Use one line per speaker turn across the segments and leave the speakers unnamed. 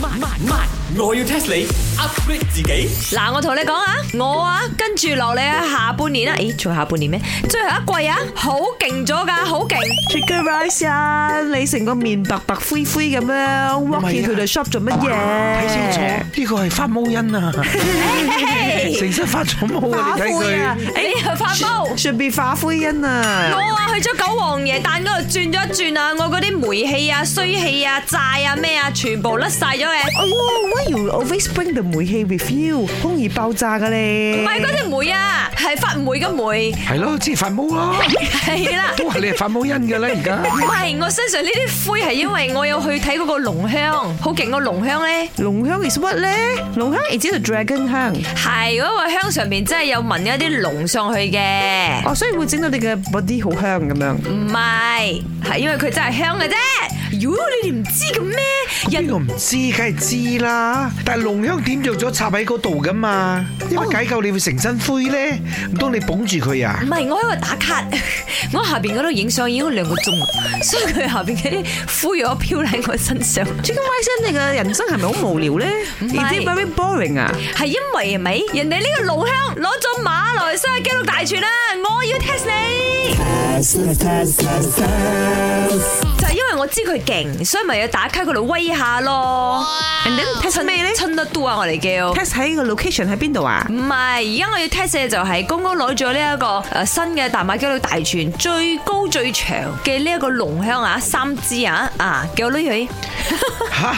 慢慢慢，我要 test 你 upgrade 自己。
嗱，我同你講啊，我啊跟住落嚟啊，下半年啊，咦，仲有下半年咩？最後一季啊，好勁咗㗎，好勁！
Chicken rice 啊，你成個面白白灰灰咁樣，walk
係啊
去佢哋 shop 做乜嘢？
睇清楚，
哎
呢個係發毛因啊，成身發咗毛啊！你睇
化灰啊
佢，
哎呀，發毛！
，should be 化灰因啊！
我啊去咗九皇爺誕嗰度轉咗一轉啊，我嗰啲煤氣啊、衰氣啊、債啊咩啊，全部甩晒咗嘅。
哦，why Oh, you always bring the 煤氣 with you？空易爆炸㗎你。
唔係嗰條煤啊，係發霉嘅霉，
係咯，即係發毛咯，
係啦。
都話你係發毛因嘅啦，而家。
唔係，我身上呢啲灰係因為我有去睇嗰個龍香，好勁個龍香咧，
龍香 is what 咧？龍香 is 呢度 dragon 香，
係嗰個香上面真係有聞一啲龍上去嘅，
哦，所以會整到你嘅 body 好香咁樣。
唔係，係因為佢真係香嘅啫。妖，你哋唔知嘅咩？
呢
人
個唔知，梗係知啦。但係濃香點着咗插喺嗰度噶嘛，因為解救你會成身灰咧，唔通你捧住佢啊
唔？係，我喺度打卡，我喺下邊嗰度影相已經兩個鐘啦，所以佢下邊嗰啲灰咗飄喺我身上，
Chicken rice 因你嘅人生係咪好無聊咧？
唔係
Is it very boring 啊？
係因為係咪？人哋呢個龍香攞咗馬來西亞紀錄大全啊！我要 test 你。就係因為我知佢勁，所以咪要打卡佢度威下咯。人哋
test 咩呢
親得多啊！我哋叫
test 喺個 location 喺邊度啊？
唔係，而家我要 test 嘅就係剛剛攞咗呢一個誒新嘅大馬雞柳大全最高最長嘅呢一個龍香啊，三支啊啊，叫我攞佢。
吓，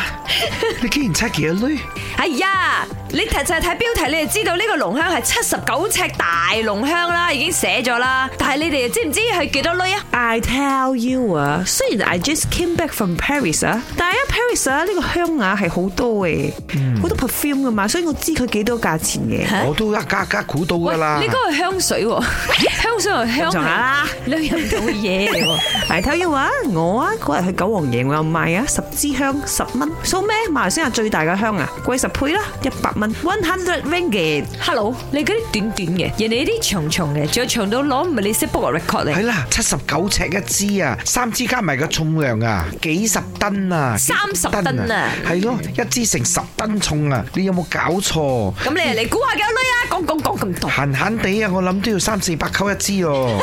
你竟然測幾多女？
哎呀，你睇就係睇標題，你就知道呢個龍香係七十九尺大龍香啦，已經寫咗啦。但係你哋知唔知係幾多女啊？
I tell you 啊，雖然 I just came back from Paris 啊，但係喺 Paris 啊呢個香雅係好多嘅，好多 perfume 噶嘛，所以我知佢幾多價錢嘅。
我都一家一家估到
喂，
噶啦
呢。個係香水喎， 香水同香
咁上下啦
你飲到嘢嚟喎。
I tell you 啊，我啊嗰日去九皇爺我有買啊，十支香十蚊，so 咩？馬來西亞最大嘅香啊，貴十倍啦，一百蚊，one hundred ringgit。
Hello，你嗰啲短短嘅，人哋呢啲長長嘅，仲有長到攞唔係你識 book 個 record 嚟
係。啦，七十九尺一支啊，三支加埋個重量啊，幾十噸啊，幾
30噸啊
係咯，一支成十噸重啊，你有冇搞錯？
咁你嚟估下幾多女啊？講講講咁多。
閒閒地啊，我諗都要三四百扣一支哦。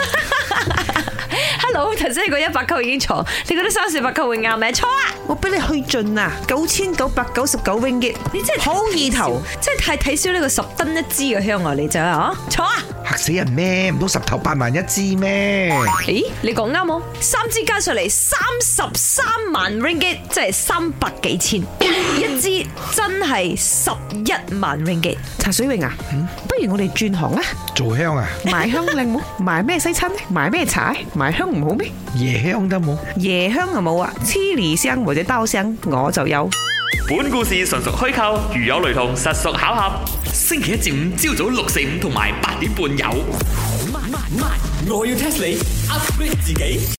Hello，頭先你個一百級已經錯，你嗰啲三四百級會啱咪錯啊！
我俾你去盡啊，九千九百九十九 ringgit，
你真係
好意頭。，
真係太睇少呢個十噸一支嘅香啊！你就係啊，錯啊！
嚇死人咩？唔通十頭八萬一支咩？
咦，你講啱冇？三支加上嚟三十三萬 ringgit，即係三百幾千，一支真係十一萬 ringgit。
茶水榮啊，不如我哋轉行啦，
做香啊，
賣香靚冇？賣咩西餐呢？賣咩茶？賣香唔好咩？
夜香得冇？
椰香有冇啊？黐梨香或者刀香我就有。
本故事純屬虛構，如有雷同，實屬巧合。星期一至五朝早六四五同埋八點半有。
慢慢慢，我要 test 你 upgrade 自己。